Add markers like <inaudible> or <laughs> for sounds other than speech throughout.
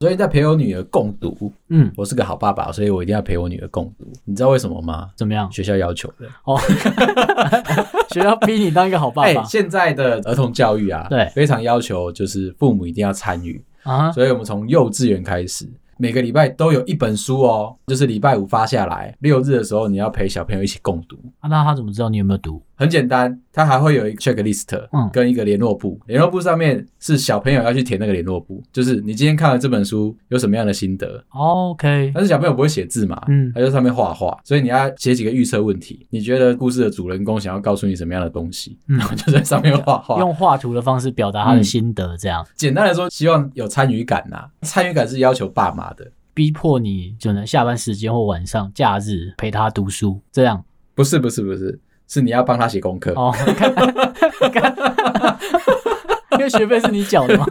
所以在陪我女儿共读。嗯，我是个好爸爸，所以我一定要陪我女儿共读。你知道为什么吗？怎么样？学校要求的。哦， <laughs> 学校逼你当一个好爸哎、爸现在的儿童教育啊，对非常要求就是父母一定要参与，啊！所以我们从幼稚园开始，每个礼拜都有一本书哦，就是礼拜五发下来，六日的时候你要陪小朋友一起共读。啊那他怎么知道你有没有读？很简单，它还会有一个 checklist，嗯跟一个联络簿，联络簿上面是小朋友要去填那个联络簿，就是你今天看了这本书有什么样的心得。哦 OK，但是小朋友不会写字嘛，嗯他就在上面画画，所以你要写几个预测问题，你觉得故事的主人公想要告诉你什么样的东西，嗯然后就在上面画画。用画图的方式表达他的心得，这样、简单来说，希望有参与感呐、啊参与感是要求爸妈的，逼迫你只能下班时间或晚上、假日陪他读书，这样不是不是不是，是你要帮他写功课。哦。 <laughs> 你看，你看因为学费是你缴的 <laughs> 嘛。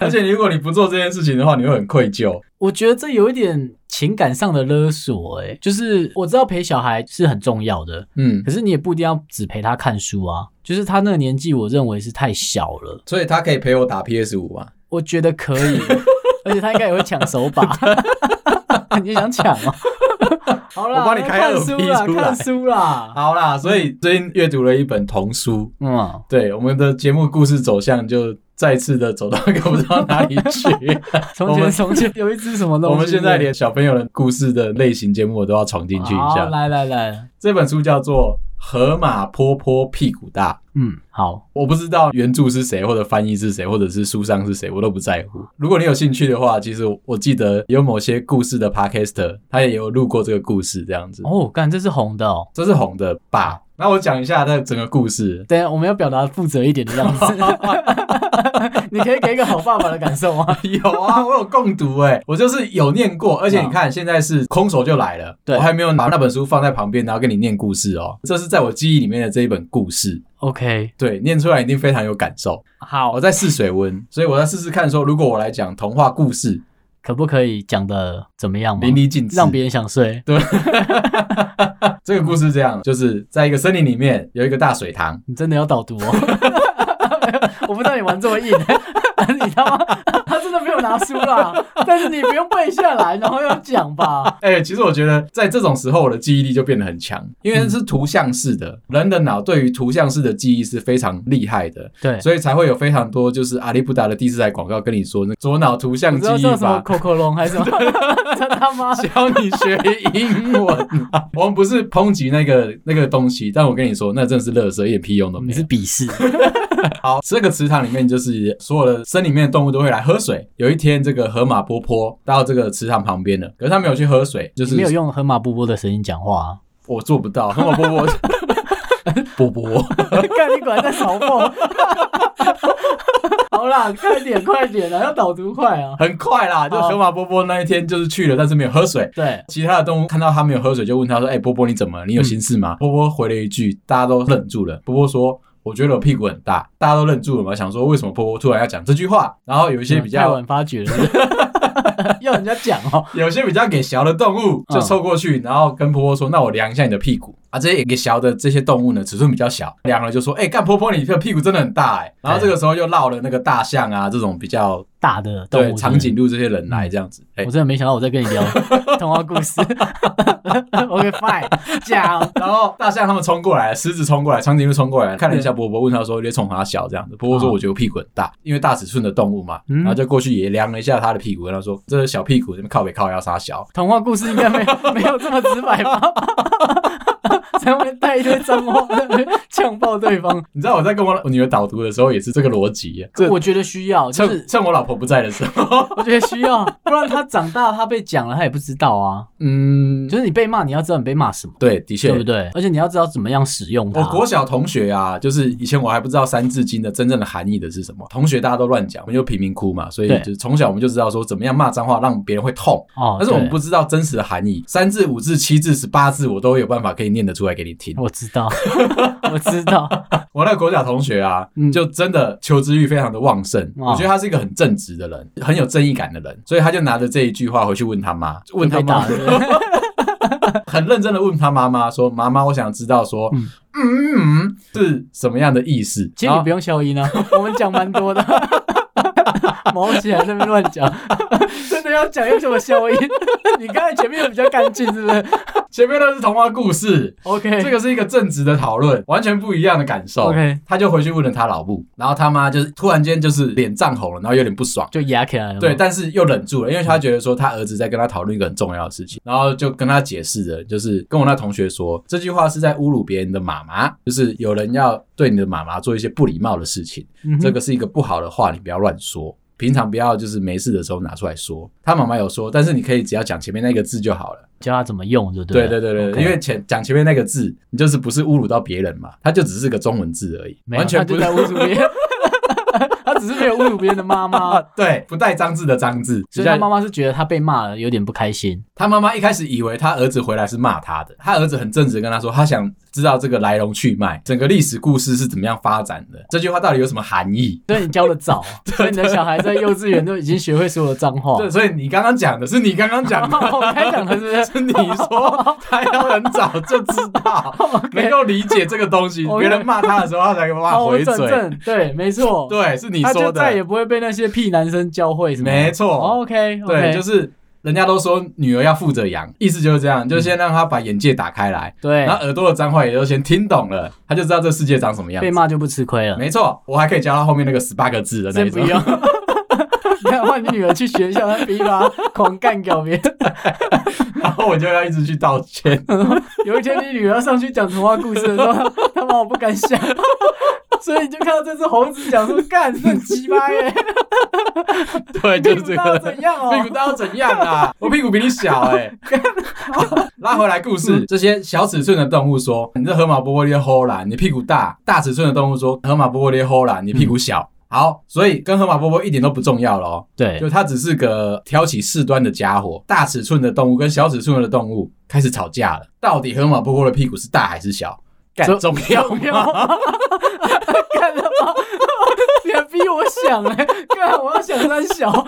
而且如果你不做这件事情的话，你会很愧疚。我觉得这有一点情感上的勒索、欸，就是我知道陪小孩是很重要的，嗯，可是你也不一定要只陪他看书啊。就是他那个年纪，我认为是太小了，所以他可以陪我打 PS 五嘛？我觉得可 <laughs> 以，而且他应该也会抢手 <laughs> 把。你想抢吗？好啦，我帮你开看 LP 书啦，出来看书啦。好啦，所以最近阅读了一本童书，嗯，对我们的节目故事走向就再次的走到一个不知道哪里去。从我前们从 <laughs> 前有一只什么东西？我们现在连小朋友的故事的类型节目我都要闯进去一好下。来来来，这本书叫做《河马坡坡屁股大》。嗯，好，我不知道原著是谁，或者翻译是谁，或者是书上是谁，我都不在乎。如果你有兴趣的话，其实我记得有某些故事的 podcaster，他也有录过这个故事，这样子。哦，干，这是红的哦。这是红的吧？那我讲一下它的整个故事。 <laughs> 对，我们要表达负责一点的样子。 <laughs> 你可以给一个好爸爸的感受吗？有啊，我有共读哎、我就是有念过，而且你看现在是空手就来了，对我还没有把那本书放在旁边，然后跟你念故事哦。这是在我记忆里面的这一本故事， <laughs> OK，对，念出来一定非常有感受。哦好我，在试水温，所以我在试试看说，如果我来讲童话故事，可不可以讲的怎么样吗？淋漓尽致，让别人想睡。这个故事是这样，就是在一个森林里面有一个大水塘，你真的要导读哦？ <laughs> 我不知道你玩这么硬， <laughs> 你他妈 <laughs> 他真的没有拿书啦，但是你不用背下来，然后要讲吧。哎、其实我觉得在这种时候，我的记忆力就变得很强，因为是图像式的，人的脑对于图像式的记忆是非常厉害的， <laughs> 对，所以才会有非常多就是阿里不达的第四台广告跟你说，那左脑图像你知记道忆叫什么法。口口龙还是什 <laughs> 么？真他妈教你学英文、啊，我们不是抨击那个那个东西，但我跟你说，那真的是垃圾，一点屁用都没你有是。鄙视，好，这个池塘里面就是所有的森林里面的动物都会来喝水。有一天，这个河马波波到这个池塘旁边了，可是他没有去喝水，就你是没有用河马波波的声音讲 <laughs> 话、啊。我做不到。河马波 <laughs> 波，波波， <laughs> 看你果然在嘲讽。 <laughs> 好啦，快点快点啦，要导读快啊！很快啦，就好河马波波那一天就是去了，但是没有喝水。对，其他的动物看到他没有喝水，就问他说：“哎、波波你怎么了？你有心事嗯吗？”波波回了一句，大家都愣住了。波波说：“我觉得我屁股很大。”大家都愣住了嘛，想说为什么波波突然要讲这句话？然后有一些比太较晚发觉了， <laughs> 要人家讲哦。 <laughs> 有些比较给小的动物嗯就凑过去，然后跟婆婆说：“那我量一下你的屁股啊。”这些给小的这些动物呢，尺寸比较小，量了就说：“哎、干婆婆，你的屁股真的很大哎、然后这个时候又绕了那个大象啊，这种比较大的动对物嗯长，颈鹿这些人来这样子。哎、我真的没想到我在跟你聊 <laughs> 童话故事。OK fine，讲然后大象他们冲过来，狮子冲过来，长颈鹿冲嗯过来，看了一下波波，问他说：“你在冲他小这样子？”波波说：“啊我觉得我屁股很大，因为大尺寸的动物嘛。”嗯然后就过去也量了一下他的屁股，跟他说：“这个小屁股，这边靠北靠腰啥小。”童话故事应该没没有这么直白吧？ <laughs> 才会带一堆脏话在那边呛爆对方。你知道我在跟我女儿导读的时候也是这个逻辑耶， <laughs> 这我觉得需要，就趁是趁我老婆不在的时候，我觉得需要，不然他长大他被讲了，他也不知道啊。 <laughs> 嗯，就是你被骂，你要知道你被骂什么。对，的确，对不对？而且你要知道怎么样使用它。我国小同学啊，就是以前我还不知道《三字经》的真正的含义的是什么，同学大家都乱讲，我们就贫民窟嘛，所以对就是从小我们就知道说怎么样骂脏话让别人会痛，哦，但是我们对不知道真实的含义，三字、五字、七字、十八字我都有办法可以念得出来给你听。我知道， <laughs> 我知道，我那个国小同学啊，嗯就真的求知欲非常的旺盛，哦我觉得他是一个很正直的人，很有正义感的人，所以他就拿着这一句话回去问他妈，问他被妈打，了。很认真的问他妈妈说：“妈妈，我想知道说，嗯嗯嗯嗯，是什么样的意思？”其实然 <laughs> 你后不用消音啊，我们讲蛮多的。 <laughs> 毛起来那边乱讲， <laughs> 真的要讲有什么消音？ <laughs> 你刚才前面有比较干净，是不是前面那是童话故事， ？OK，这个是一个正直的讨论，完全不一样的感受。 OK 他就回去问了他老母，然后他妈就是突然间就是脸涨红了，然后有点不爽。就压起来了。对，，但是又忍住了，因为他觉得说他儿子在跟他讨论一个很重要的事情，然后就跟他解释了，就是跟我那同学说这句话是在侮辱别人的妈妈，就是有人要对你的妈妈做一些不礼貌的事情，嗯哼这个是一个不好的话，你不要乱说。平常不要就是没事的时候拿出来说。他妈妈有说，但是你可以只要讲前面那个字就好了。教他怎么用，就对对对了对对 OK 因为前讲前面那个字，你就是不是侮辱到别人嘛，它就只是个中文字而已，没有完全他不就在侮辱别人， <laughs> 他只是没有侮辱别人的妈啊 <laughs> 妈，，对，不带脏字的脏字。所以他妈妈是觉得他被骂了，有点不开心。他妈妈一开始以为他儿子回来是骂他的，他儿子很正直地跟他说，他想知道这个来龙去脉，整个历史故事是怎么样发展的，这句话到底有什么含义？所以你教的早， <laughs> 所以你的小孩在幼稚园都已经学会所有的脏话。对，所以你刚刚讲的是你刚刚讲 <laughs> 的，我该讲的是不是？是你说他要很早就知 <laughs> 道，能够理解这个东西， OK 别人骂他的时候他才有办法好，我回转嘴。正，对，没错，对，是你他说就再也的，不会被那些屁男生教会什么。没错。哦 OK，哦对，就是人家都说女儿要富着养，意思就是这样，就先让她把眼界打开来，对然，后耳朵的脏话也都先听懂了，她就知道这世界长什么样子 <laughs> 被。骂就不吃亏了，没错，我还可以教他后面那个十八个字的那真一不种。用。 <laughs> 你看，换你女儿去学校，她 <laughs> 逼吧，狂干掉别人。 <laughs> 然后我就要一直去道歉。有一天你女儿上去讲童话故事的时候， <laughs> 他妈我不敢想，所以你就看到这只猴子讲说干，这很鸡巴耶，对， <laughs> 就是这不知道个。怎样哦屁。股大到怎样啊？我屁股比你小哎、好拉回来故事，这些小尺寸的动物说：“你这河马波波鳖齁啦，你屁股大。”大尺寸的动物说：“河马波波鳖齁啦，你屁股小。”好，所以跟河马波波一点都不重要咯，对就它只是个挑起事端的家伙。大尺寸的动物跟小尺寸的动物开始吵架了，到底河马波波的屁股是大还是小？干这重要不吗要？吗？ <laughs> 干了吗？ <laughs> 你还逼我想哎、干我要想三小， <laughs>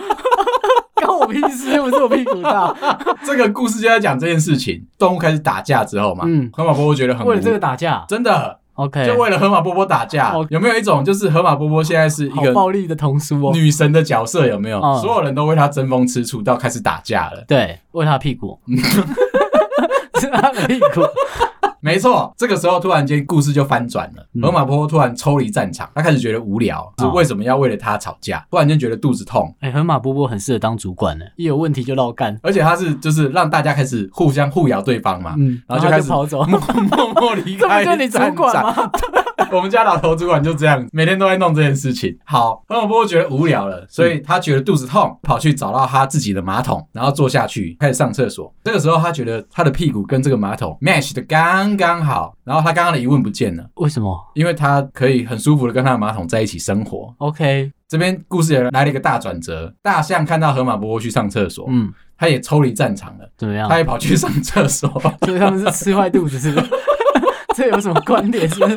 干我屁事，又不是我屁股 <laughs> 大。 <laughs> 这个故事就在讲这件事情，动物开始打架之后嘛，嗯河马波波觉得很无为了这个打哎架真的，OK，就为了河马波波打架哦，有没有一种就是河马波波现在是一好个暴力的童书哦。女神的角色？有没有嗯？所有人都为她争风吃醋，到开始打架了。对，为他屁股，是他的屁股。没错，这个时候突然间故事就翻转了，嗯河马波波突然抽离战场，他开始觉得无聊，是哦为什么要为了他吵架？突然间觉得肚子痛。哎、河马波波很适合当主管呢，一有问题就绕干，而且他是就是让大家开始互相互咬对方嘛，嗯，然后然后就他开就始跑走。 <laughs> 默默默离这不开就你主战管场吗？我们家老头主管就这样，每天都在弄这件事情。好，那我波觉得无聊嗯了，所以他觉得肚子痛，跑去找到他自己的马桶，然后坐下去开始上厕所。这个时候他觉得他的屁股跟这个马桶 match 的刚刚好，然后他刚刚的疑问不见了，为什么因为他可以很舒服的跟他的马桶在一起生活。 ？OK，这边故事也来了一个大转折，大象看到河马波波去上厕所，嗯，啊他也抽离战场了，怎么样他？也跑去上厕所。 <laughs> 所以他们是吃坏肚子，是 <laughs> 不是？这有什么关联？ <laughs> 是不是？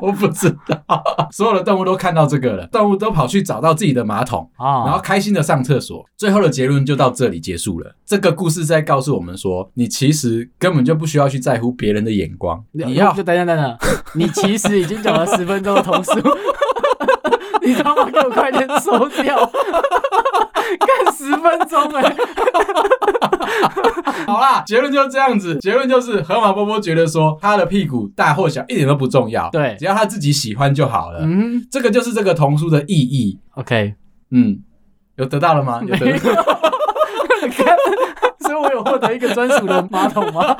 我不知道，所有的动物都看到这个了，动物都跑去找到自己的马桶。啊然后开心的上厕所。最后的结论就到这里结束了。这个故事在告诉我们说，你其实根本就不需要去在乎别人的眼光，你要就等等等等，你其实已经讲了十分钟的童书， <laughs> 你他妈给我快点收掉， <laughs> 干十分钟哎、好啦。结论就是这样子，结论就是河马波波觉得说他的屁股大或小一点都不重要，对只要他自己喜欢就好了。嗯这个就是这个童书的意义。 ，OK，嗯，有得到了吗？有没得有到。所以我有获得一个专属的马桶吗？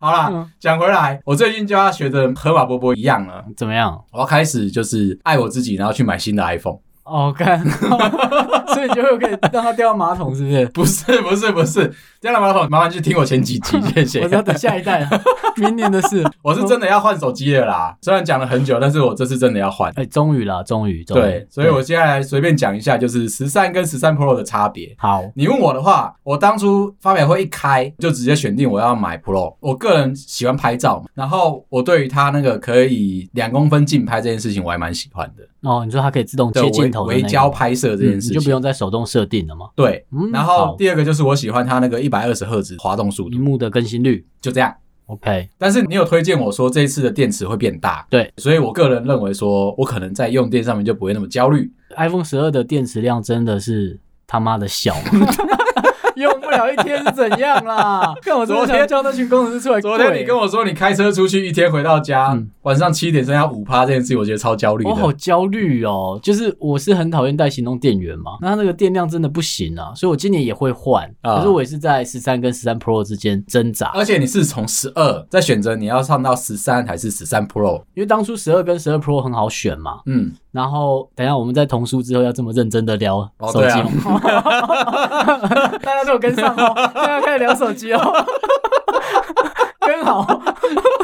好啦嗯，讲回来，我最近就要学的河马波波一样了，怎么样？我要开始就是爱我自己，然后去买新的 iPhone。 <laughs> 哦，干， <laughs> 所以你就会可以让它掉到马桶，是不是？不是不是不是，这样的马桶麻烦去听我前几 <laughs> 集，谢谢。我是要等下一代 <laughs> 啊，明年的事。我是真的要换手机了啦，虽然讲了很久，但是我这次真的要换。哎、终于啦，终于，终于。对，所以我接下来随便讲一下，就是十三跟十三 Pro 的差别。好，你问我的话，我当初发表会一开就直接选定我要买 Pro。我个人喜欢拍照嘛，然后我对于它那个可以两公分近拍这件事情，我还蛮喜欢的。哦，你说它可以自动对接镜头的微那微个焦拍摄这嗯件你事就不情，用再手动设定了嘛。对。嗯，然好嗯后第二个就是我喜欢它那个一百二十赫兹滑动速荧度，幕的更新率。就这样。 OK，但是你有推荐我说这一次的电池会变大，对，所以我个人认为说，我可能在用电上面就不会那么焦虑。 iPhone 十二的电池量真的是他妈的小， <laughs> 用不了一天是怎样 <laughs> 啦？看我真的昨天想叫那群工程师出来跪。昨天你跟我说你开车出去一天回到家，嗯晚上七点剩下五趴这件事情，我觉得超焦虑的。我好焦虑哦，就是我是很讨厌带行动电源嘛，那它那个电量真的不行啊，所以我今年也会换，啊可是我也是在十三跟十三 Pro 之间挣扎，而且你是从十二在选择你要上到十三还是十三 Pro，因为当初十二跟十二 Pro 很好选嘛，嗯，然后等一下我们在同书之后要这么认真的聊哦手机，对啊大家都有跟上哦，大家开始聊手机 <laughs> 哦，跟好，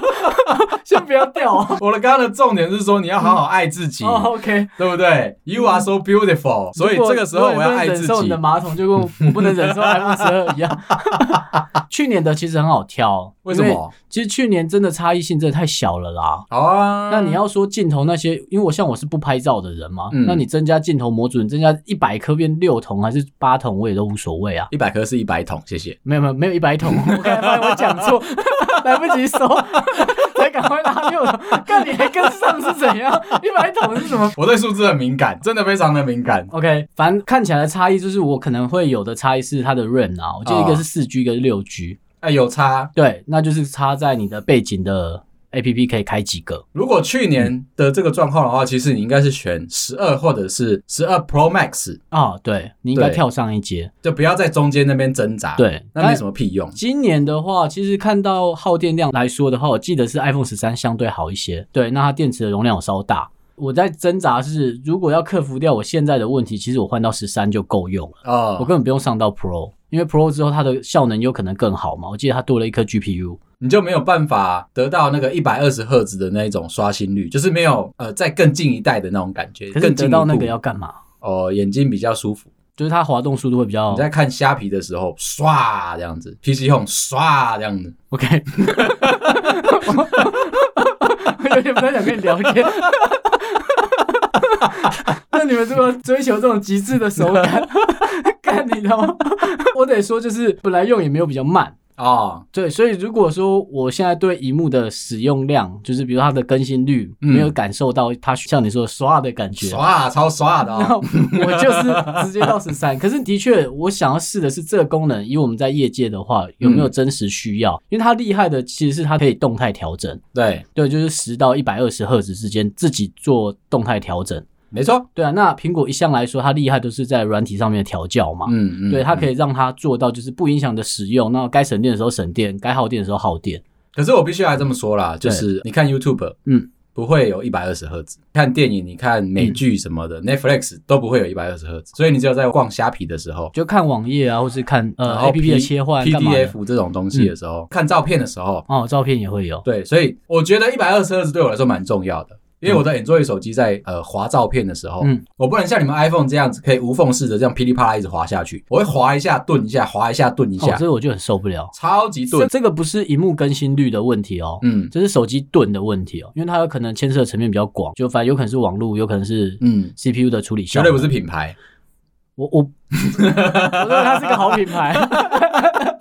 <laughs> 先不要掉哦。 <laughs> 我的刚刚的重点是说你要好好爱自己，哦、o k 对不对？You are so beautiful，所以这个时候我要爱忍自受你己的。马桶，就跟我我不能忍受 iPhone 十二一样。 <laughs> 去年的其实很好挑，为什因么？其实去年真的差异性真的太小了啦。好啊，那你要说镜头那些，因为我像我是不拍照的人嘛，嗯那你增加镜头模组，你增加一百颗变六筒还是八筒，我也都无所谓啊。一百颗是一百桶，谢谢。没有没有没有一百桶， <laughs> 我刚才发现我讲错， <laughs> 来不及收， <laughs> 才赶快拉六筒，看你还跟上是怎样？一百桶是什么我对数字很敏感，真的非常的敏感。 OK，反正看起来的差异就是我可能会有的差异是它的 RAM 啊，我记得一个是四 G，一个是六 G，哎，有差。对，那就是差在你的背景的 APP 可以开几个。如果去年的这个状况的话，其实你应该是选十二或者是十二 Pro Max，啊、对你应该对跳上一阶。就不要在中间那边挣扎。，对，啊那没什么屁用但。今年的话，其实看到耗电量来说的话，我记得是 iPhone 十三相对好一些。对，那它电池的容量有稍大。我在挣扎是，如果要克服掉我现在的问题，其实我换到十三就够用了，我哦，根本不用上到 Pro，因为 Pro 之后它的效能有可能更好嘛。我记得它多了一颗 GPU。你就没有办法得到那个一百二十赫兹的那一种刷新率，就是没有呃再更近一代的那种感觉，可是更你进得一到那步个要干嘛？哦，眼睛比较舒服。就是它滑动速度会比较你在看虾皮的时候，唰这样子，PC Home 唰这样子， OK。我有点不太想跟你聊天。那你们这么追求这种极致的手感， <laughs> 干你的吗？我得说，就是本来用也没有比较慢。哦，对，所以如果说我现在对荧幕的使用量，就是比如它的更新率，嗯没有感受到它像你说的刷的感觉，唰超唰的然哦，<laughs> 后我就是直接到十三。可是的确，我想要试的是这个功能，以我们在业界的话，有没有真实需嗯要？因为它厉害的其实是它可以动态调整，对，对，就是十到一百二十赫兹之间自己做动态调整。没错，对啊，那苹果一向来说，它厉害都是在软体上面的调教嘛。嗯嗯，对，它可以。以让它做到就是不影响的使用，那该省电的时候省电，该耗电的时候耗电。可是我必须要这么说啦，就是你看 YouTube，嗯，不会有一百二十赫兹；看电影，你看美剧什么的、n 嗯 e t f l i x 都不会有一百二十赫兹，所以你只有在逛虾皮的时候。就看网页啊，或是看呃然后 A P P P 的切换干嘛的嗯 PDF 这种东西的时候，看照片的时候，哦，照片也会 <laughs> 有。对，所以我觉得一百二十赫兹对我来说蛮重要的，因为我的 Android 手机在呃滑照片的时候，嗯我不能像你们 iPhone 这样子可以无缝式的这样噼里啪啦一直滑下去，我会滑一下顿一下，滑一下顿一哦下，，所以我就很受不了。超级这顿。这个不是荧幕更新率的问题哦，嗯这是手机盾的问题哦，因为它有可能牵涉的层面比较广，就反正有可能是网络，有可能是嗯， CPU 的处理绝效能。对不是品牌。我 <laughs> 我，我认为它是个好品牌。 <laughs>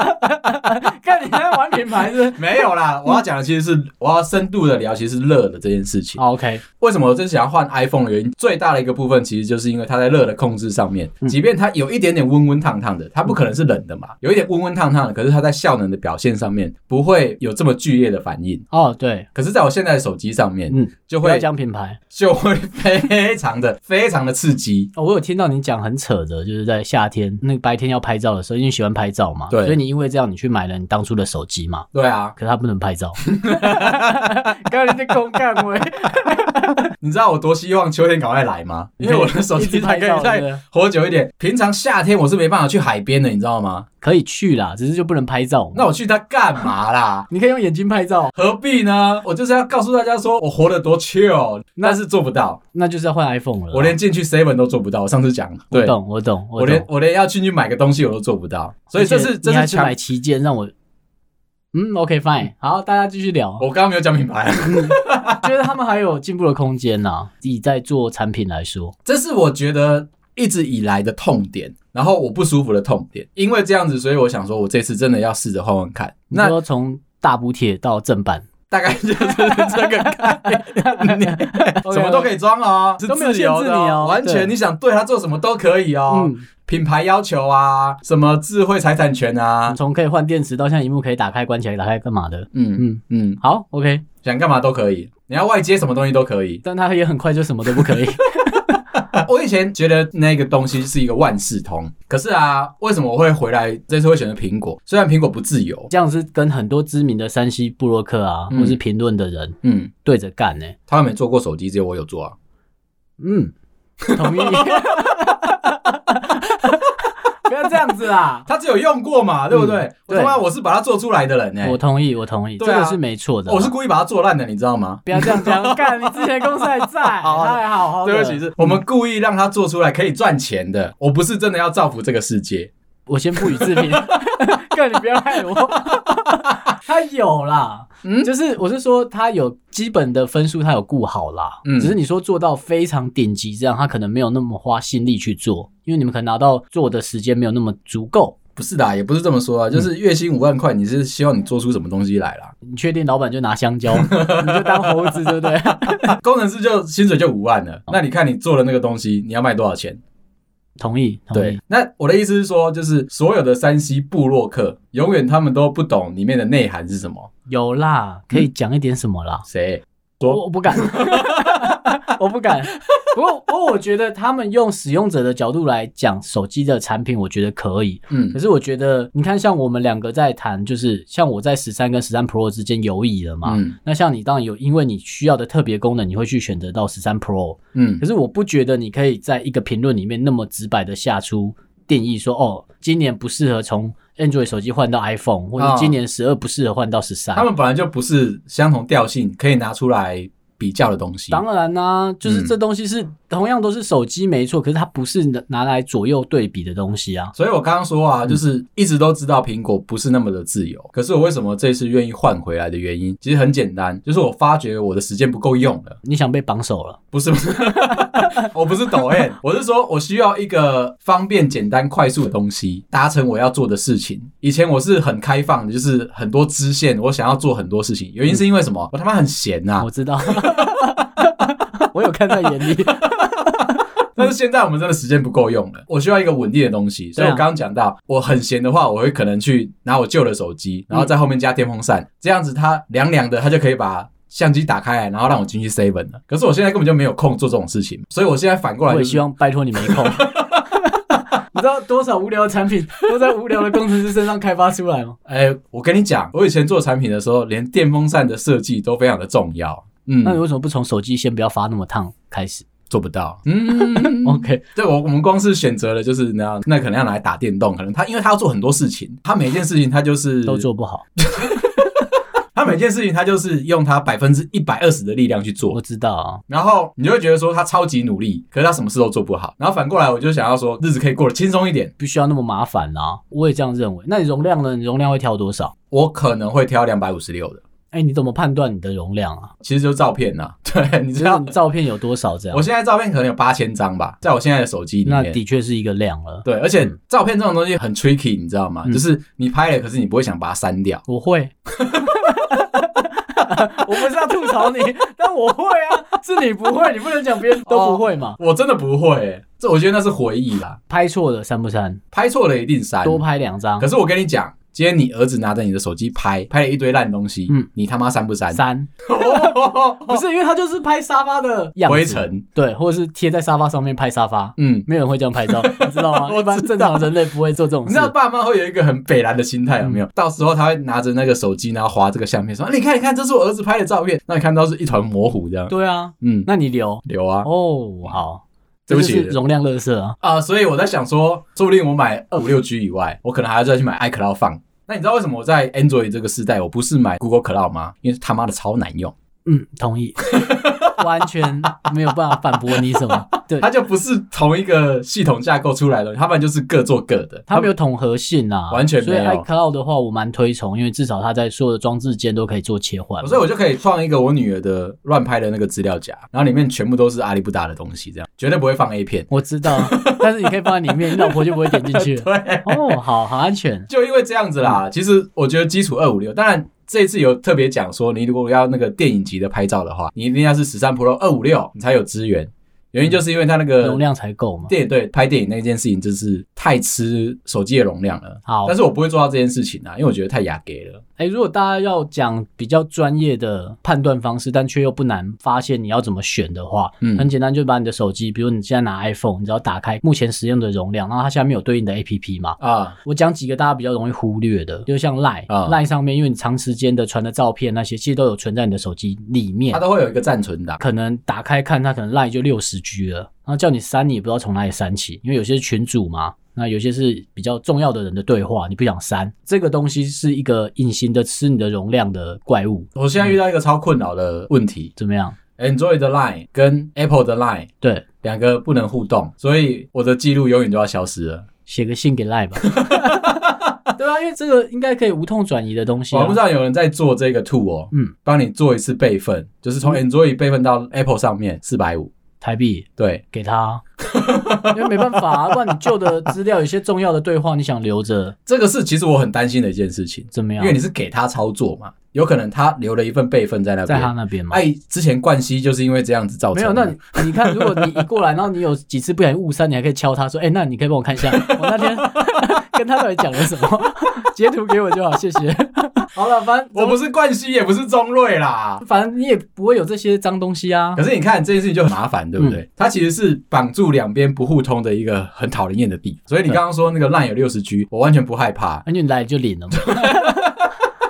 看你还在玩品牌是没有啦，我要讲的其实是我要深度的聊，其实是热的这件事情。好 OK，为什么我真想要换 iPhone 的原因，最大的一个部分其实就是因为它在热的控制上面，嗯即便它有一点点温温烫烫的，它不可能是冷的嘛，有一点温温烫烫的，可是它在效能的表现上面不会有这么剧烈的反应。哦对，可是，在我现在的手机上面，嗯，就不要会讲品牌、就会非常的 <laughs> 非常的刺激。哦。我有听到你讲很扯的，就是在夏天那个白天要拍照的时候，因为你喜欢拍照嘛，对所以你因为这样你去买了你当初的手机嘛，对啊，可是它不能 <laughs> 拍照。 <laughs> 刚才在公干喂，你知道我多希望秋天赶快来吗？因为我的手一直机才拍可照以对不再对活久一点。平常夏天我是没办法去海边的，你知道吗？可以去啦，只是就不能拍照嘛。？那我去它干嘛啦你可以用眼睛拍照，何必呢？我就是要告诉大家说我活得多 chill，那但是做不到，那就是要换 iPhone 了啦。我连进去 seven 都做不到。我上次讲了，啊我对，懂，我懂，我连懂。我连要进去买个东西我都做不到，所以这而且是这你还是是强买。旗舰让我，嗯，OK fine，好，大家继续聊。我刚刚没有讲品牌，觉得他们还有进步的空间呐、以在做产品来说， <laughs> 这是我觉得一直以来的痛点，然后我不舒服的痛点。因为这样子，所以我想说，我这次真的要试着换换看。那那说从大补贴到正版，大概就是这个概 <laughs> 念， <laughs> 什么都可以。以装哦，是都没有自由的限制你哦完全对你想对他做什么都可以哦。嗯，品牌要求啊，什么智慧财产权啊，从可以换电池到现在荧幕可以打开、关起来、打开干嘛的。嗯嗯，嗯，好，OK，想干嘛都可以，你要外接什么东西都可 <laughs> 以。呃但它也很快就什么都不可以。 <laughs> 我以前觉得那个东西是一个万事通，可是啊，为什么我会回来这次会选择苹果？虽然苹果不自由，这样是跟很多知名的山西布洛克啊，嗯或是评论的人嗯，对着干呢。他们没做过手机，只有我有做啊。嗯，同意。 <laughs> 不要这样子啊啦，他只有用过嘛，对不嗯对？我他妈我是把它做出来的人呢、哎我同意，我同意，这对啊个是没错的啦。我是故意把它做烂的，你知道吗？不要这样讲， <laughs> 干你之前公司还在，好他还好好的。哦对不啊起，是我们故意让它做出来可以赚钱的，我不是真的要造福这个世界。我先不予置 <laughs> 评，哥，你不要害我。 <laughs> 他有啦，嗯就是我是说他有基本的分数，他有顾好啦。嗯只是你说做到非常顶级这样，他可能没有那么花心力去做，因为你们可能拿到做的时间没有那么足够。不是的，也不是这么说啊，就是月薪五万块，你是希望你做出什么东西来啦？你确定老板就拿香 <laughs> 蕉，你就当猴子，对不对？啊工程师就薪水就五万了，那你看你做了那个东西，你要卖多少钱？同意，同对意。，哦那我的意思是说，就是所有的山西部落客，永远他们都不懂里面的内涵是什么。有嗯啦，可以讲一点什么啦？谁？我我不 <laughs> 敢，我不敢。不过，不过我觉得他们用使用者的角度来讲手机的产品，我觉得可以。嗯可是我觉得，你看，像我们两个在谈，就是像我在十三跟十三 Pro 之间游移了嘛。嗯那像你当然有，因为你需要的特别功能，你会去选择到十三 Pro。嗯可是我不觉得你可以在一个评论里面那么直白的下出定义说，哦，今年不适合从 Android 手机换到 iPhone，或者啊今年十二不适合换到十三、他们本来就不是相同调性可以拿出来比较的东西。当然啦、就是这东西是、同样都是手机没错，可是它不是拿来左右对比的东西啊。所以我刚刚说啊，就是一直都知道苹果不是那么的自由，可是我为什么这次愿意换回来的原因，其实很简单，就是我发觉我的时间不够用了。你想被绑手了？不是不是，我不是抖 M，我是说我需要一个方便、简单、快速的东西，达成我要做的事情。以前我是很开放的，就是很多支线，我想要做很多事情。原因是因为什么？我他妈很闲啊呐、我知道， <laughs> 我有看在眼 <laughs> 里。但是现在我们真的时间不够用了，我需要一个稳定的东西。所以我刚刚讲到，我很闲的话，我会可能去拿我旧的手机，然后在后面加电风扇，这样子它凉凉的，它就可以把。相机打开来，然后让我进去 seven 了。可是我现在根本就没有空做这种事情，所以我现在反过来我就也是希望拜托你没空。 <laughs> 你知道多少无聊的产品都在无聊的工程师身上开发出来吗？哎、我跟你讲，我以前做产品的时候，连电风扇的设计都非常的重要。那你嗯，为什么不从手机先不要发那么烫开始做不到。嗯 <laughs> ？OK，对我我们光是选择了就是那那可能要拿来打电动，可能他因为他要做很多事情，他每件事情他就是都，做不好，他每件事情他就是用他百分之一百二十的力量去我做。知道啊。然后你就会觉得说他超级努力，可是他什么事都做不好。然后反过来，我就想要说日子可以过得轻松一点。不需要那么麻烦啦，我也这样认为。那你容量呢？你容量会调多少？我可能会挑两百五十六的，哎、你怎么判断你的容量 <laughs> 啊？其实就是照片呐、对，你知就是道你，照片有多少这样我？现在照片可能有八千张吧，在我现在的手机里那面。的确是一个量了。对，而且照片这种东西很 tricky，你知道吗？嗯就是你拍了，可是你不会想把它删掉。<laughs> 我会，我不是要吐槽你， <laughs> 但我会啊，是你不会，你不能讲别人都不会嘛。我真的不会、欸，这我觉得那是回忆啦，拍错了删不删？拍错了一定删。多拍两张可，是我跟你讲，今天你儿子拿着你的手机拍，拍了一堆烂东西，嗯你他妈删不删？ <laughs> 删不是因为他就是拍沙发的样子灰，尘，对，或者是贴在沙发上面拍沙发，嗯。没有人会这样拍 <laughs> 照，你知道吗？我一般知道正常人类不会做这种你知事。道爸妈会有一个很北蓝的心态，有没有？到时候他会拿着那个手机，然后划这个相片，说：“啊你看，你看，这是我儿子拍的照片。”那你看到是一团模糊这样，对啊，嗯，那你留有啊哦，好，对不这就是起容量乐色啊。啊、所以我在想说，说不定我买二五六 G 以外，我可能还要再去买 iCloud 放。那你知道为什么我在 Android 这个时代，我不是买 Google Cloud 吗？因为他妈的超难用。 <laughs> 嗯，同意，完全没有办法反驳你什么。对它就不是同一个系统架构出来的，它们就是各做各的。它没有统合性啊，完全没所以有 iCloud 的话，我蛮推崇，因为至少它在所有的装置间都可以做切换嘛。所以我就可以创一个我女儿的乱拍的那个资料夹，然后里面全部都是阿里不达的东西，这样绝对不会放 A 片。 <laughs> 我知道，但是你可以放在里面，你老婆就不会点进去。对，哦，好好安全。就因为这样子啦。其实我觉得基础二五六，当然这一次有特别讲说，你如果要那个电影级的拍照的话，你一定要是十三 Pro 二五六，你才有资源。原因就是因为它那个容量才够嘛。电影对拍电影那件事情，就是太吃手机的容量了。好但是我不会做到这件事情啊，因为我觉得太雅给了。哎、如果大家要讲比较专业的判断方式，但却又不难发现你要怎么选的话，嗯很简单，就把你的手机，比如你现在拿 iPhone，你只要打开目前使用的容量，然后它下面有对应的 APP 嘛。啊，我讲几个大家比较容易忽略的，就像 Line、啊 Line 上面，因为你长时间的传的照片那些，其实都有存在你的手机里面它。都会有一个暂存档。可能打开看，它可能 Line 就六十 G 了，然后叫你删，你也不知道从哪里删起，因为有些是群主嘛，那有些是比较重要的人的对话，你不想删，这个东西是一个隐形的吃你的容量的怪物，我现在遇到一个超困扰的问题怎么样？ ，Android 的 Line 跟 Apple 的 Line 对，两个不能互动，所以我的记录永远都要消失了。写个信给 Line 吧。 <laughs> 对啊，因为这个应该可以无痛转移的东西、啊网络。上有人在做这个 tool 哦，嗯，帮你做一次备份，就是从 Android 备份到 Apple 上面四百五。台币对，给他啊，因为没办法、啊，不然你旧的资料有些重要的对话你想留着，这个是其实我很担心的一件事情，怎么因样为？你是给他操作嘛，有可能他留了一份备份在那在他边。那边吗？哎，之前冠希就是因为这样子造成没的。有，那你你看，如果你一过来，然后你有几次不小心误删，你还可以敲他说：“哎、那你可以帮我看一下，我那天 <laughs> 跟他到底讲了什么？ <laughs> 截图给我就好，谢谢。” <laughs> 好了，反我正不是冠希，也不是中瑞啦。反正你也不会有这些脏东西啊可。是你看这件事情就很麻烦，对不对？嗯它其实是绑住两边不互通的一个很讨人厌的地方。所以你刚刚说那个 LINE 有六十 G，我完全不害怕。啊那你来就领了嘛。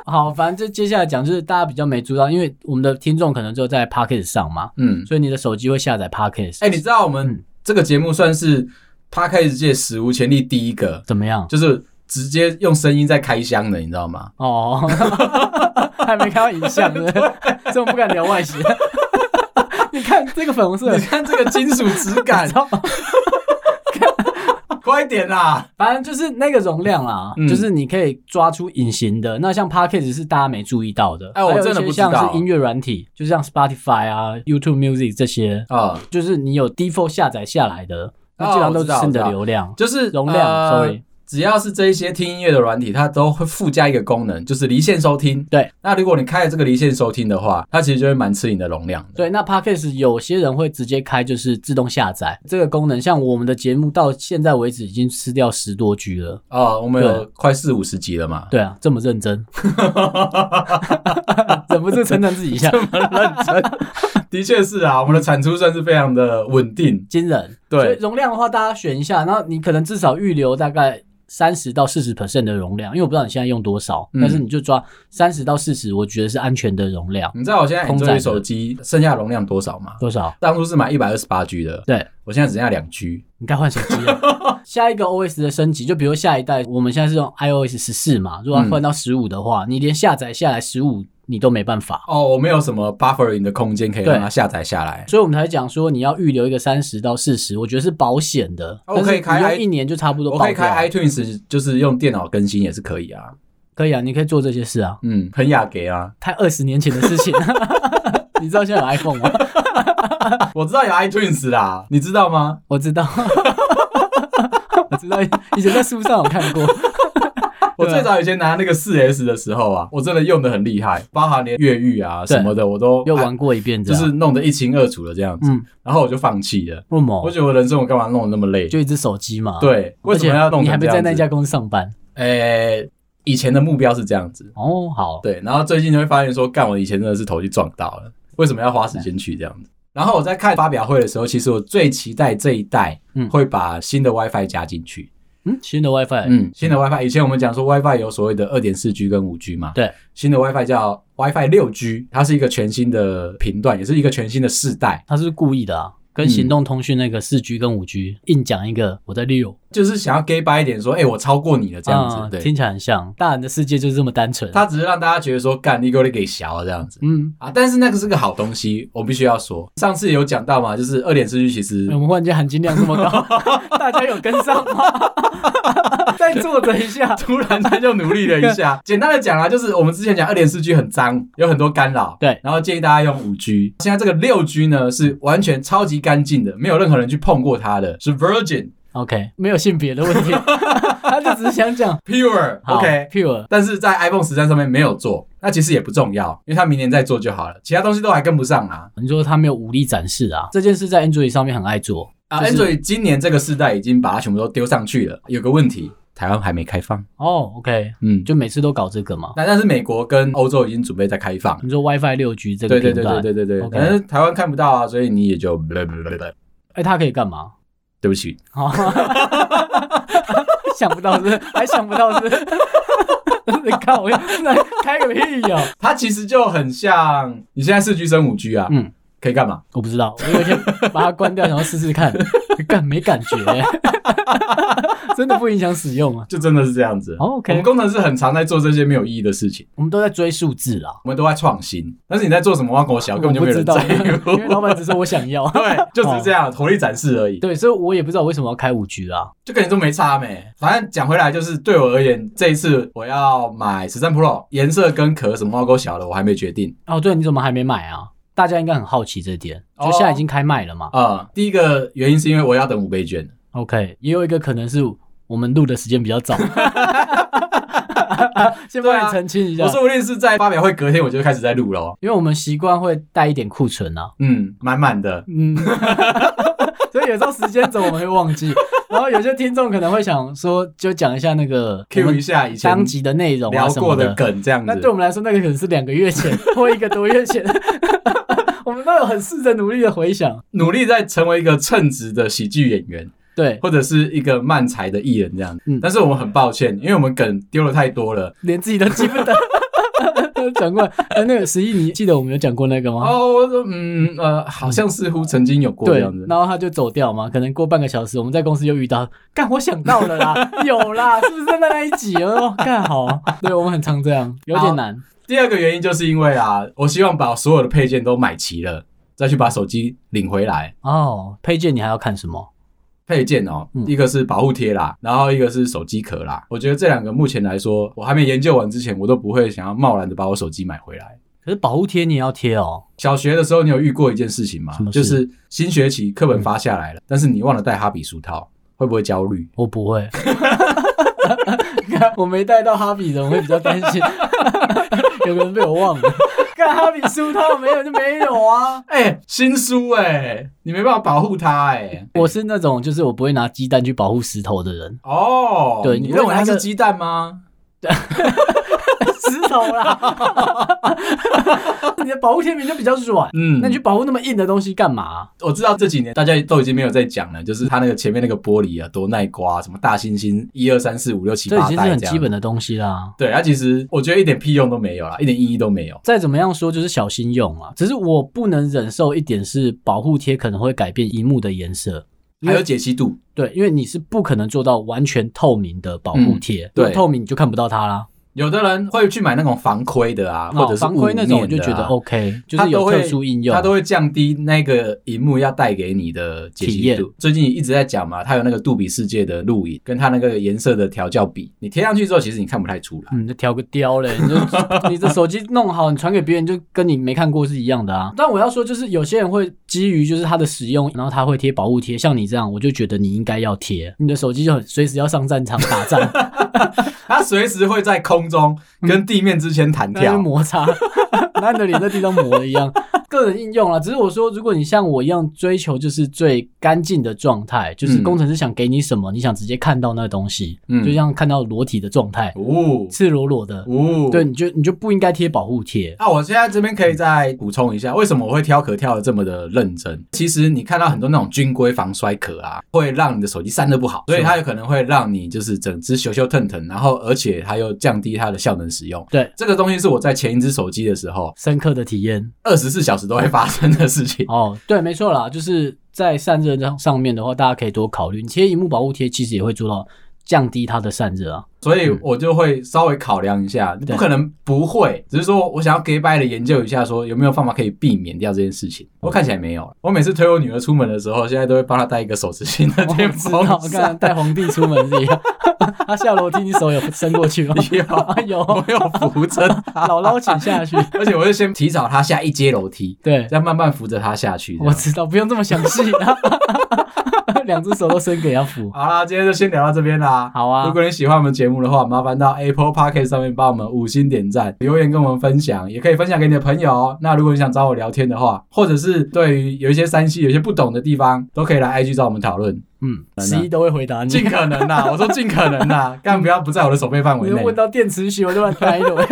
<laughs> 好，反正这接下来讲就是大家比较没注意到，因为我们的听众可能就在 Pocket 上嘛，嗯，所以你的手机会下载 Pocket，、哎、你知道我们嗯这个节目算是 p o d c a s 界史无前例第一个，怎么样？就是直接用声音在开箱的，你知道吗？哦， <laughs> 还没看到影像呢， <laughs> 这种不敢聊外形。你看这个粉红色 <laughs> 你，看这个金属质感你知，道吗快点啦！反正就是那个容量啦，嗯就是你可以抓出隐形的。那像 p o c k e t 是大家没注意到的，哎我还有真的一些不知像道是音乐软体，就像 Spotify 啊、YouTube Music 这些，啊、就是你有 default 下载下来的，那基本上都是哦我知道你我知的道流量。就是容量呃 sorry 只要是这一些听音乐的软体，它都会附加一个功能，就是离线收听。对，那如果你开了这个离线收听的话，它其实就会蛮吃你的容量的。对，那 Podcast 有些人会直接开，就是自动下载这个功能。像我们的节目到现在为止已经吃掉十多 G 了。哦，我们对有快四五十集了嘛？对啊，这么 <laughs> 认真， <laughs> 忍不住称赞自己 <laughs> 一下，的确是啊，我们的产出算是非常的稳定。惊人。对所以容量的话，大家选一下，然后你可能至少预留大概三十到四十 percent 的容量，因为我不知道你现在用多少，嗯但是你就抓三十到四十，我觉得是安全的容量。你知道我现在空载的 Android 手机剩下容量多少吗？多少？当初是买一百二十八 G 的，对，我现在只剩下两 G。你该换手机了。 <laughs> 下一个 OS 的升级，就比如下一代，我们现在是用 iOS 十四嘛，如果嗯要换到十五的话，你连下载下来十五你都没办法。哦，我没有什么 buffering 的空间可以对让它下载下来。所以我们才讲说你要预留一个三十到四十，我觉得是保险的。哦我可以但是开你用一年就差不多我爆可掉。以开 iTunes，就是用电脑更新也是可以啊。可以啊，你可以做这些事啊。嗯，很雅给啊。太二十年前的事情。 <laughs> 你知道现在有 iPhone 吗？我知道有 iTunes 啦，你知道吗？我知道， <laughs> 我知道，以前在书上有看过。我啊最早以前拿那个四 S 的时候啊，我真的用的很厉害，包含连越狱啊对什么的，我都又玩过一遍，这就样是弄得一清二楚的这样子。嗯，然后我就放弃了，为什么我觉得我人生我干嘛弄得那么累？就一只手机嘛。，对，为什么要弄成你还没这在样子那家？公司上班？诶、以前的目标是这样子，哦，好，对，然后最近就会发现说，干，我以前真的是头去撞到了，为什么要花时间去这样子？然后我在看发表会的时候，其实我最期待这一代嗯会把新的 WiFi 加进去。嗯，新的 WiFi，嗯，新的 WiFi，以前我们讲说 WiFi 有所谓的二点四 G 跟五 G 嘛，对，新的 WiFi 叫 WiFi 六 G，它是一个全新的频段，也是一个全新的世代。他是故意的啊，跟嗯行动通讯那个四 G 跟五 G 硬讲一个，我在六，就是想要 gay 掰一点，说，哎、我超过你了这样子。嗯啊对，听起来很像大人的世界就是这么单纯。他只是让大家觉得说，干你给我给小这样子嗯，啊。但是那个是个好东西，我必须要说。上次有讲到嘛，就是二点四 G 其实我们忽然间含金量这么高，大家有跟上 <laughs> 吗？再坐着一 <laughs> 下。突然他就努力了一 <laughs> 下。简单的讲啊，就是我们之前讲二点四 G 很脏，有很多干扰，对然后建议大家用五 G。现在这个六 G 呢是完全超级干净的，没有任何人去碰过它的，是 Virgin OK，没有性别的问 <laughs> 题，他就只是想讲 Pure 好 OK。 pure。但是在 iPhone 十三上面没有做，那其实也不重要，因为它明年再做就好了。其他东西都还跟不上啊。你说他没有武力展示啊？这件事在 Android 上面很爱做，啊、就 a 是 n d r o i d 今年这个世代已经把它全部都丢上去了。有个问题，台湾还没开放。哦，OK、o k 嗯，就每次都搞这个嘛。那但是美国跟欧洲已经准备在开放了。你说 WiFi 六 G 嗯这个对对频对段，对对对对， OK 但是台湾看不到啊，所以你也就哎，它可以干嘛？对不起，哦 <laughs> 想不到是不是还想不到是不是？你看我那开个屁哦呀、它其实就很像你现在四 G 升五 G 啊，嗯，可以干嘛？我不知道，我有一天把它关掉，然后试试看， <laughs> 干没感觉、 <laughs> 真的不影响使用啊。就真的是这样子。哦，OK 我们工程师很常在做这些没有意义的事情，我们都在追数字啦，我们都在创新，但是你在做什么挖狗小，我根本就不没有知人道，在因为老乎。板只说我想要。对，就只是这样，火力展示而已，对，所以我也不知道为什么要开五 G 啦。就跟你说没差没。反正讲回来，就是对我而言，这一次我要买十三 Pro，颜色跟壳什么挖狗小的我还没决定。哦，对，你怎么还没买啊？大家应该很好奇这点，就哦现在已经开卖了嘛。啊、第一个原因是因为我要等五倍券， OK，也有一个可能是我们录的时间比较早， <laughs> 先帮你澄清一下啊我，说不定是在发表会隔天我就开始在录了哦。因为我们习惯会带一点库存啊，嗯，满满的，嗯， <laughs> 所以有时候时间走我们会忘记，然后有些听众可能会想说，就讲一下那个我 Q 们一下以前当集的内容啊聊什过么的梗这样那子。对我们来说，那个可能是两个月前或一个多月前， <laughs> 我们都有很试着努力的回想，努力在成为一个称职的喜剧演员，对，或者是一个漫才的艺人这样。嗯但是我们很抱歉，因为我们梗丢了太多了。连自己都记不 <laughs> 得。讲过来，哎，那个十一，你记得我们有讲过那个吗？哦，我说嗯呃，好像似乎曾经有过这啊对样子，。然后他就走掉嘛。可能过半个小时，我们在公司又遇到，干，我想到 <laughs> 了啦，有啦，是不是在那一集？哦，干好啊， <laughs> 对我们很常这样，有点难。第二个原因就是因为啊，我希望把所有的配件都买齐了，再去把手机领回来。哦，配件你还要看什么？配件哦，嗯一个是保护贴啦，然后一个是手机壳啦。我觉得这两个目前来说，我还没研究完之前，我都不会想要贸然的把我手机买回来。可是保护贴你也要贴哦。小学的时候，你有遇过一件事情吗什么？事嗯就是新学期课本发下来了，但是你忘了带哈比书套，会不会焦虑？我不会， <laughs> 我没带到哈比的，我会比较担 <laughs> 心，有可能被我忘了。看哈比书套没有就没有啊。哎、新书哎、你没办法保护它哎、我是那种就是我不会拿鸡蛋去保护石头的人，哦，对你你认为拿它一个是鸡蛋吗？石头啦， <laughs> 你的保护贴棉就比较软，嗯，那你去保护那么硬的东西干嘛？啊我知道这几年大家都已经没有在讲了，就是它那个前面那个玻璃啊，多耐刮，什么大猩猩一二三四五六七这已八代经这是很样基本的东西啦。对，啊它其实我觉得一点屁用都没有啦，一点意义都没有。再怎么样说，就是小心用啊。只是我不能忍受一点是保护贴可能会改变荧幕的颜色，因还为有解析度，对，因为你是不可能做到完全透明的保护贴，嗯对因为透明你就看不到它啦。有的人会去买那种防窥的啊，哦或者是防窥那种，我雾面就的啊觉得 OK，就它是都有特会殊应用，它都会降低那个荧幕要带给你的解体析验度。最近一直在讲嘛，它有那个杜比世界的录影，跟它那个颜色的调教比，你贴上去之后，其实你看不太出来。嗯，就调个雕嘞， <laughs> 你就你的手机弄好，你传给别人就跟你没看过是一样的啊。但我要说，就是有些人会基于就是它的使用，然后他会贴保护贴，像你这样，我就觉得你应该要贴，你的手机就很随时要上战场打 <laughs> 仗，它随时会在空中跟地面之间弹那就跳。摩擦， <laughs> 拿你的脸在地上磨一样。个人应用啦，只是我说，如果你像我一样追求就是最干净的状态，就是嗯工程师想给你什么，你想直接看到那个东西，嗯就像看到裸体的状态，哦赤裸裸的，哦，对，。你就你就不应该贴保护贴。啊，我现在这边可以再补充一下，为什么我会挑壳挑的这么的认真？其实你看到很多那种军规防摔壳啊，会让你的手机散热不好，所以它有可能会让你就是整只咻咻腾腾，然后而且它又降低它的效能使用。对，这个东西是我在前一只手机的时候，深刻的体验，二十四小小时都会发生的事情。哦，对，没错啦，就是在散热上上面的话，大家可以多考虑。你贴荧幕保护贴，其实也会做到降低它的散热啊。所以我就会稍微考量一下，不可能不会，只是说我想要 gay by 的研究一下，说有没有方法可以避免掉这件事情。哦我看起来没有，我每次推我女儿出门的时候，现在都会帮她带一个手持型的电哦知风道，看扇。带皇帝出门是一样。 <laughs> 他下楼梯，你手有伸过去吗？ <laughs> <laughs> 有，我有扶着她，姥姥请下去。而且我就先提早她下一阶楼梯，对，再慢慢扶着她下去。这我样知道，不用这么详细。啊 <laughs> 两只手都伸给要扶。好啦，今天就先聊到这边啦。好啊如果你喜欢我们节目的话，麻烦到 Apple Podcast 上面帮我们五星点赞、留言跟我们分享，也可以分享给你的朋友哦。那如果你想找我聊天的话，或者是对于有一些山西有一些不懂的地方，都可以来 IG 找我们讨论。嗯，真的十一都会回答尽你。可能啦，我说尽可能 <laughs> 啦，但不要不在我的手背范你围就内。问到电池学，我就把它呆了。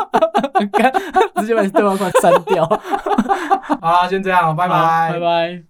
<laughs> 干直接把你对话框删掉。好啦，先这样，拜拜拜拜。拜。